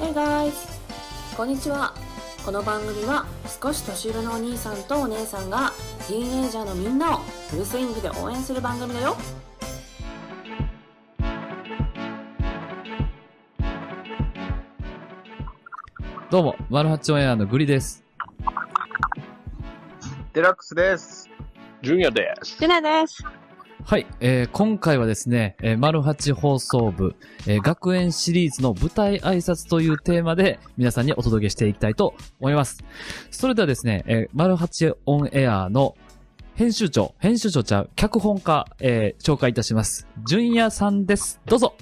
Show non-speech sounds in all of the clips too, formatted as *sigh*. Hey guys! こんにちは。この番組は少し年上のお兄さんとお姉さんがティーンエイジャーのみんなをフルスイングで応援する番組だよ。どうも、マルハッチオンエアのグリです。デラックスです。ジュニアです。ルナです。はい、えー今回はですね、えー、マルハチ放送部、えー学園シリーズの舞台挨拶というテーマで皆さんにお届けしていきたいと思います。それではですね、えー、マルハチオンエアの編集長、編集長ちゃう、脚本家、えー紹介いたします。ジュニアさんです。どうぞ。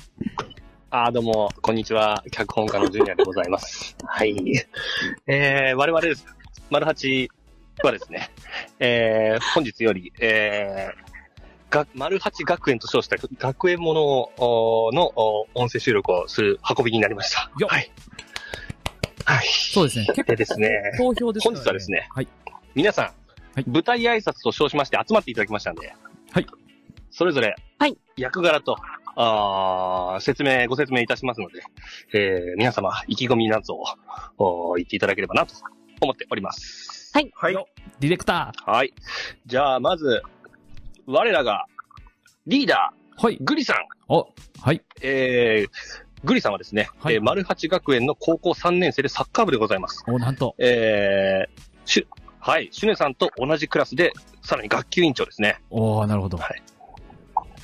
あーどうも、こんにちは。脚本家のジュニアでございます。 *laughs* はい。えー、我々です。マルハチはですね、えー、本日より、えー、が、マルハチ学園と称した学園ものをおーのお音声収録をする運びになりました。よっはい。はい。そうですね、結でですね、構好評ですから本日はですねはい。皆さん、はい舞台挨拶と称しまして集まっていただきましたんで、はい。それぞれ、はい役柄と、あー説明、ご説明いたしますので、えー、皆様、意気込みなどをおー言っていただければなと思っております。はい。ディレクタはい。じゃあ、まず、我らが、リーダー。はいー、。グリさん。お、はい。えー、グリさんはですね、はいえー丸八学園の高校3年生でサッカー部でございます。お、なんと。えー、しゅ、はい、シュネさんと同じクラスで、さらに学級委員長ですね。おー、なるほど。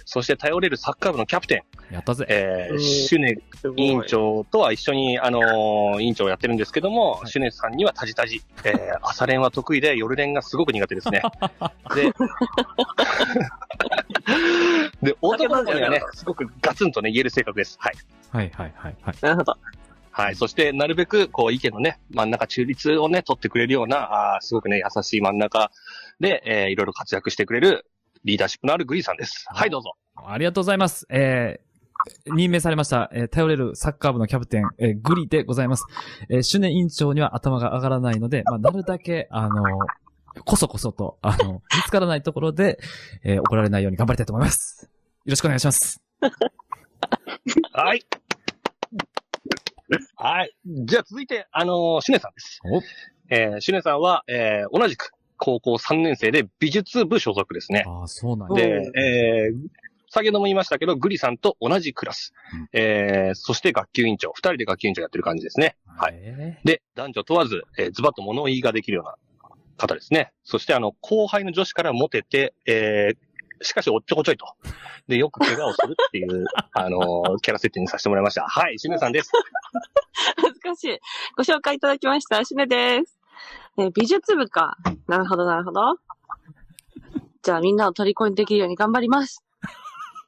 そして頼れるサッカー部のキャプテン、やったぜ。えーうんシュネ委員長とは一緒に、あのー委員長をやってるんですけども、はいシュネさんにはタジタジ、え *laughs* ー朝練は得意で夜練がすごく苦手 *laughs* ですね。で、で、男の子にはね、すごくガツンとね、言える性格です。はい。はい、はい、はい、はい。なるほど。はい。そして、なるべく、こう、意見のね、真ん中中立をね、取ってくれるような、あーすごくね、優しい真ん中で、えーいろいろ活躍してくれる、リーダーシップのあるグリーさんです。はい、どうぞ。ありがとうございます。えー、任命されました、えー頼れるサッカー部のキャプテン、えーグリでございます。えー、シュネ委員長には頭が上がらないので、まあ、なるだけ、あのこそこそと、あの見つからないところで、えー怒られないように頑張りたいと思います。よろしくお願いします。はい。はい。じゃあ続いて、あのーシュネさんです。おえーシュネさんは、えー同じく高校3年生で美術部所属ですね。ああ、そうなんおや。で、ーえー先ほども言いましたけど、グリさんと同じクラス。うんえーそして学級委員長。二人で学級委員長やってる感じですね。はい。えで、男女問わず、えーズバッと物言いができるような方ですね。そして、あの、後輩の女子からモテて、えーしかし、おっちょこちょいと。で、よく怪我をするって *laughs* いう、あのーキャラ設定にさせてもらいました。はい、しめさんです。恥ずかしい。ご紹介いただきました。しねです。えー美術部か。なるほど、なるほど。じゃあみんなを虜にできるように頑張ります。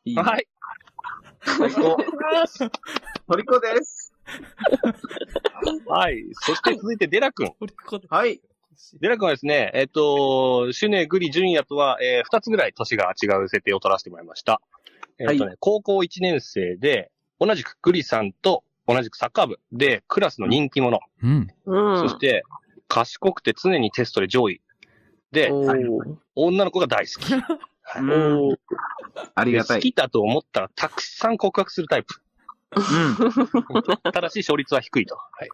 いいねはい。トリコです。はい。そして続いて、デラ君。ー、これはい。デラ君はですね、えっ、と、シュネ、グリ、ジュニアとは、えー二つぐらい年が違う設定を取らせてもらいました。えっ、とね、高校1年生で、同じくグリさんと同じくサッカー部で、クラスの人気者。うん。うん。そして、賢くて常にテストで上位。で、おー女の子が大好 *laughs* き。うはいんありでがた好い。きだと思ったらたくさん告白するタイ *laughs* プ。うん。ただし勝率は低い *laughs* と。はい、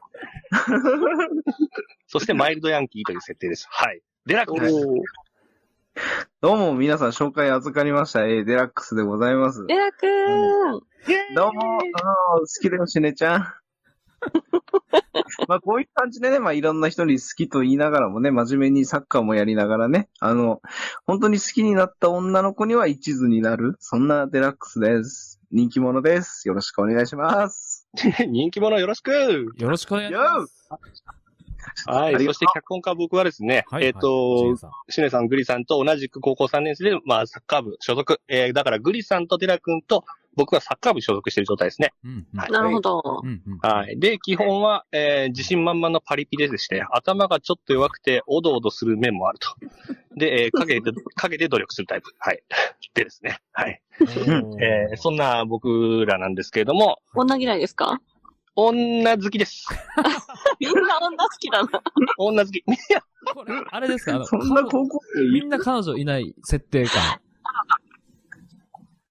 そしてマイルドヤンキーという設定です。はい。デラックスです。どうも、皆さん、紹介預かりました。えーデラックスでございます。レラくん。どうも、あー好きだよ、しねちゃん。 *laughs* まあ、こういう感じでね、まあ、いろんな人に好きと言いながらもね、真面目にサッカーもやりながらね、あの、本当に好きになった女の子には一途になる、そんなデラックスです。人気者です。よろしくお願いします。 *laughs* 人気者よろしく。よろしくお願いします。はあい。りがそとうして脚本家僕はですね、はいえっ、はいジェンと、さんシュネさん、グリさんと同じく高校3年生で、まあ、サッカー部所属。えー、だからグリさんとデラ君と僕はサッカー部所属してる状態ですね。うん、はいなるほど。うん。うん、うん。はい。で、基本は、えー自信満々のパリピででして、頭がちょっと弱くて、おどおどする面もあると。で、えー陰で、陰で努力するタイプ。はい。 *laughs* でですね。はい。おーえーそんな僕らなんですけれども、女嫌いですか女好きです。 *laughs* みんな女好きだな。女好き。いや、これ、あれですかあの、そんな高校生いみるんな彼女いない設定感。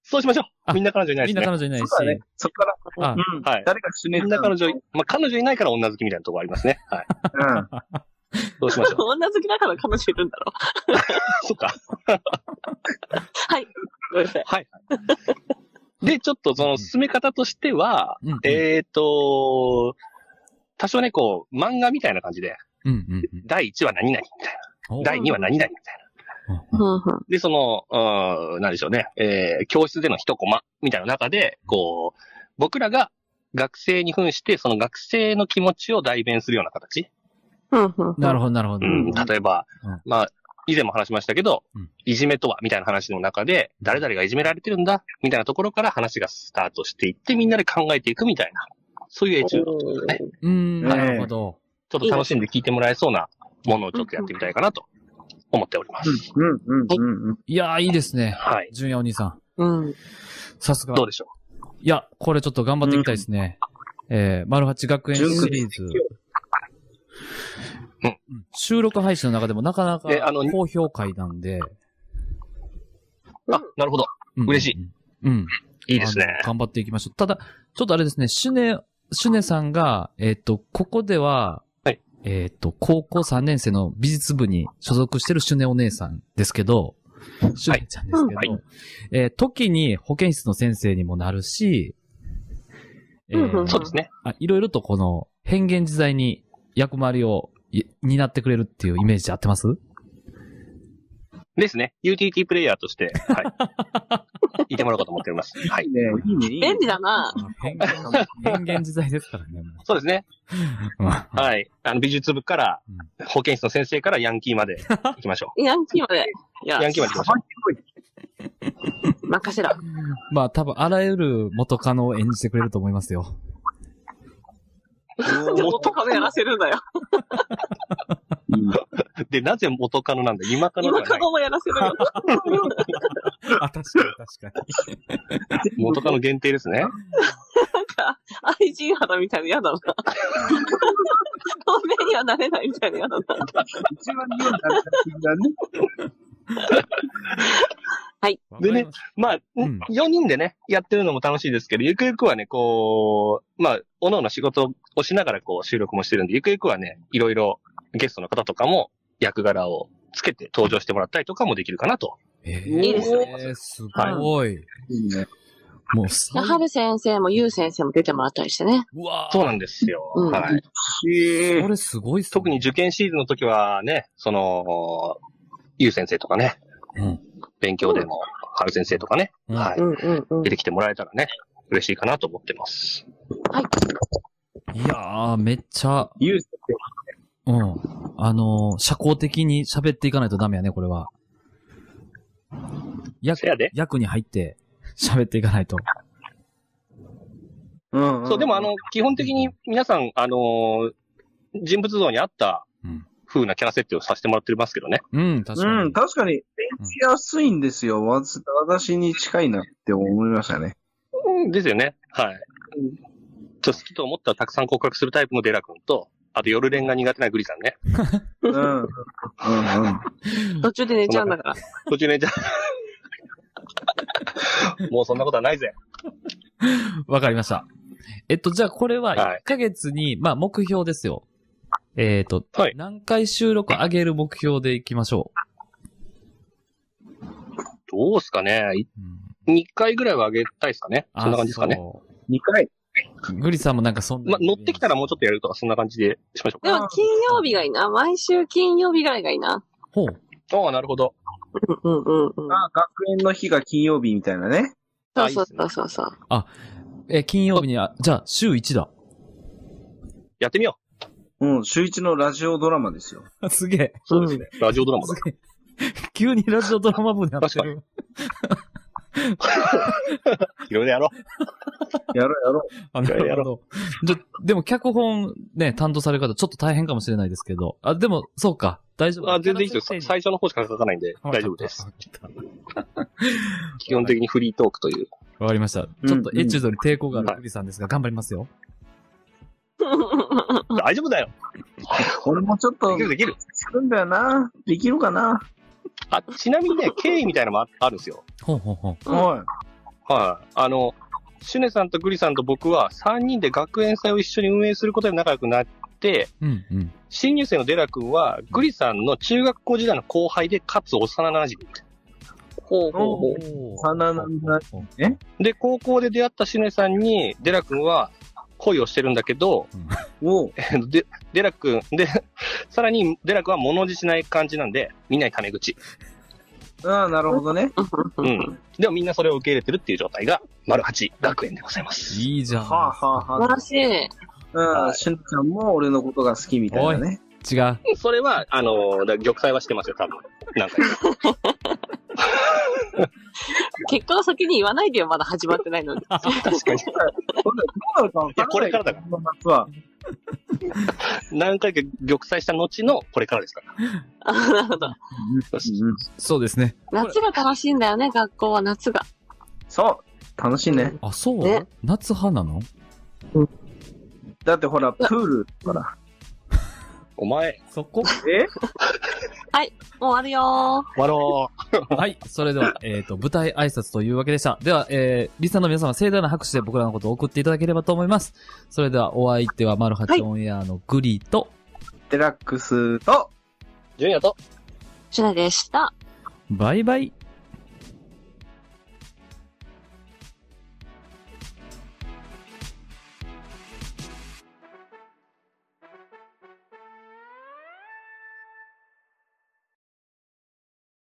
そうしましょあう。みんな彼女いないみでんすな彼ね。女いないしそう。だね。そっからあ、うん。はい誰か死ねみんな彼女い、まあ、彼女いないから女好きみたいなとこありますね。はい。うん。どうしましょう。 *laughs* 女好きだから彼女いるんだろう。そっか。はい。ごめんなさい。はい。で、ちょっとその進め方としては、うんうんえっ、と、多少ね、こう、漫画みたいな感じで、うんうんうん第1話何々みたいおな、第2話何々みたいな。うんううんんうんで、その、うーん、なんでしょうね、えー教室での一コマみたいな中で、こう、僕らが学生に扮して、その学生の気持ちを代弁するような形。うんうん。なるほど、なるほど。うん、例えば、うんまあ、以前も話しましたけど、うんいじめとはみたいな話の中で、誰々がいじめられてるんだみたいなところから話がスタートしていって、みんなで考えていくみたいな、そういうエチュードというかね、うん、なるほど。ちょっと楽しんで聞いてもらえそうなものをちょっとやってみたいかなと思っております。うん。うん。うん。うん。いやー、いいですね。はい。純也お兄さん。うん。さすが。どうでしょいや、これちょっと頑張っていきたいですね。えー、丸八学園シリーズ。ううんん収録配信の中でもなかなかえあの高評価なんで。うあ、なるほど。うん嬉しい。うん。いいですねあ。の頑張っていきましょう。ただ、ちょっとあれですね、シュネ、シュネさんが、えっ、と、ここでは、はいえっ、と、高校3年生の美術部に所属してるシュネお姉さんですけど、シュネちゃんですけど、はいはいえー時に保健室の先生にもなるし、えーうんうんそうですね。あいろいろとこの、変幻自在に役回りをい担ってくれるっていうイメージで合ってますですね。UTT プレイヤーとして、 *laughs* はい。いてもらおうかと思っております。はい。ねいいね、いいね便。利だな。 *laughs* 変幻自在ですからね、もそうですね。う。はい。あの、美術部から、保健室の先生からヤンキーまで行きましょ。ヤンキーまで。いうやヤン、キーまで行きましょう。任せろ。 *laughs* まあ多分あらゆる元カノを演じてくれると思いますよ。なんで元カノやらせるんだよ。 *laughs* で、なぜ元カノなんだ今カノ今ではカない。ノもやらせるよ。 *laughs* あ、確かに確か元カノ限定ですね。愛人肌みたいな嫌だな。透明にはなれないみたいな嫌だな。一番嫌な作品だね。に。でね、まあ、うん4人でね、やってるのも楽しいですけど、ゆくゆくはね、こう、まあ、おのおの仕事をしながらこう収録もしてるんで、ゆくゆくはね、いろいろゲストの方とかも役柄をつけて登場してもらったりとかもできるかなと。えー、いいですえーすごい。いいね。もう最ハル先生もユウ先生も出てもらったりしてね。うわそうなんですよ。うんはい。えこれすごいっすね特に受験シーズンの時はね、その、ゆう先生とかね、うん勉強でも、はる先生とかね、うんはい、んうんう出てきてもらえたらね、嬉しいかなと思ってます。いやー、めっちゃ、ゆうすうん。あのー社交的に喋っていかないとダメやね、これは。せ役、やで。役に入って喋っていかないと。うんんそう、でもあ、の、基本的に皆さん、あのー人物像に合ったうん風なキャラ設定をさせてもらってますけどね。うん、確かに。うん、確かに、演じやすいんですよ。わず私に近いなって思いましたね。うん、ですよね。はい。ちょっと好きと思ったらたくさん告白するタイプのデラ君と、あと夜恋が苦手なグリさんね。うん。うん、うん。ん。途中で寝ちゃうんだから。途中でじゃ *laughs* もうそんなことはないぜ。わかりました。えっと、じゃあこれははい1ヶ月に、まあ目標ですよ。えっと、はい何回収録上げる目標でいきましょ。どうすかね。いううん2回ぐらいは上げたいですかね。そんな感じですかね。。 2回。あそうグリさんもなんかそんな。まあ、乗ってきたらもうちょっとやるとか、そんな感じでしましょうでも金曜日がいいな。毎週金曜日ぐらいがいいな。ほう。か。ああ、なるほど。うんうんうんうん。あ、学園の日が金曜日みたいなね。そうそうそうそうそう。え、金曜日には、じゃあ週1だ。やってみようん、週一のラジオドラマですよ。すげえ。う。そうですね。ラジオドラマだす。げえ。急にラジオドラマ部になってる。いろいろややろろうやろあ、になるほど。じゃ、でも脚本ね、担当される方ちょっと大変かもしれないですけど。あ、でも、そうか。大丈う。夫。あ全然いいですよ。最初の方しか書かないんで、大丈夫です。。基本的にフリートークという。わかりました。うんちょっとエチュードに抵抗があはるいグリさんですが、頑張りますよ。大丈夫だよ。う。これもちょっとでき、るできる。するんだよな。できるかな。あ、ちなみにね、経緯みたいなのもああるんですよ。ほうほうほう。うんおい。はい。あの、シュネさんとグリさんと僕は3人で学園祭を一緒に運営することで仲良くなって、うんうん。新入生のデラ君はグリさんの中学校時代の後輩で、かつ幼馴染ほうほうほう。花なんだねで、高校で出会ったシュネさんに、デラ君は恋をしてるんだけど、 *laughs* を、えっとで、デラ君、で、さらにデラ君は物おじしない感じなんで、みんなにタメ口。ああ、なるほどね。うん。でもみんなそれを受け入れてるっていう状態が、丸八学園でございます。いいじゃん。はあはあ素は晴らしい。あ。うん、しゅんちゃんも俺のことが好きみたいなね。違う。 *laughs* それは、あのだ玉砕はしてますよ、多分。なんか、結果を先に言わないでよ、まだ始まってないのに。 *laughs* 確かに。どうなるかわかんないいやこれからだかこの夏は。何回か玉砕した後のこれからですから。あなるほど。うんうんそうですね。夏が楽しいんだよね、学校は夏が。そう、楽しいね。あ、そう、ね夏派なのだってほら、プールだから。お前、そこえもう終わるよわろはい。それでは、えっ、と、舞台挨拶というわけでした。では、えー、リスナーの皆様、盛大な拍手で僕らのことを送っていただければと思います。それでは、お相手は、マルハチオンエアのグリと、デラックスと、う。ジュニアと、ー。シュナでした。バイバイ。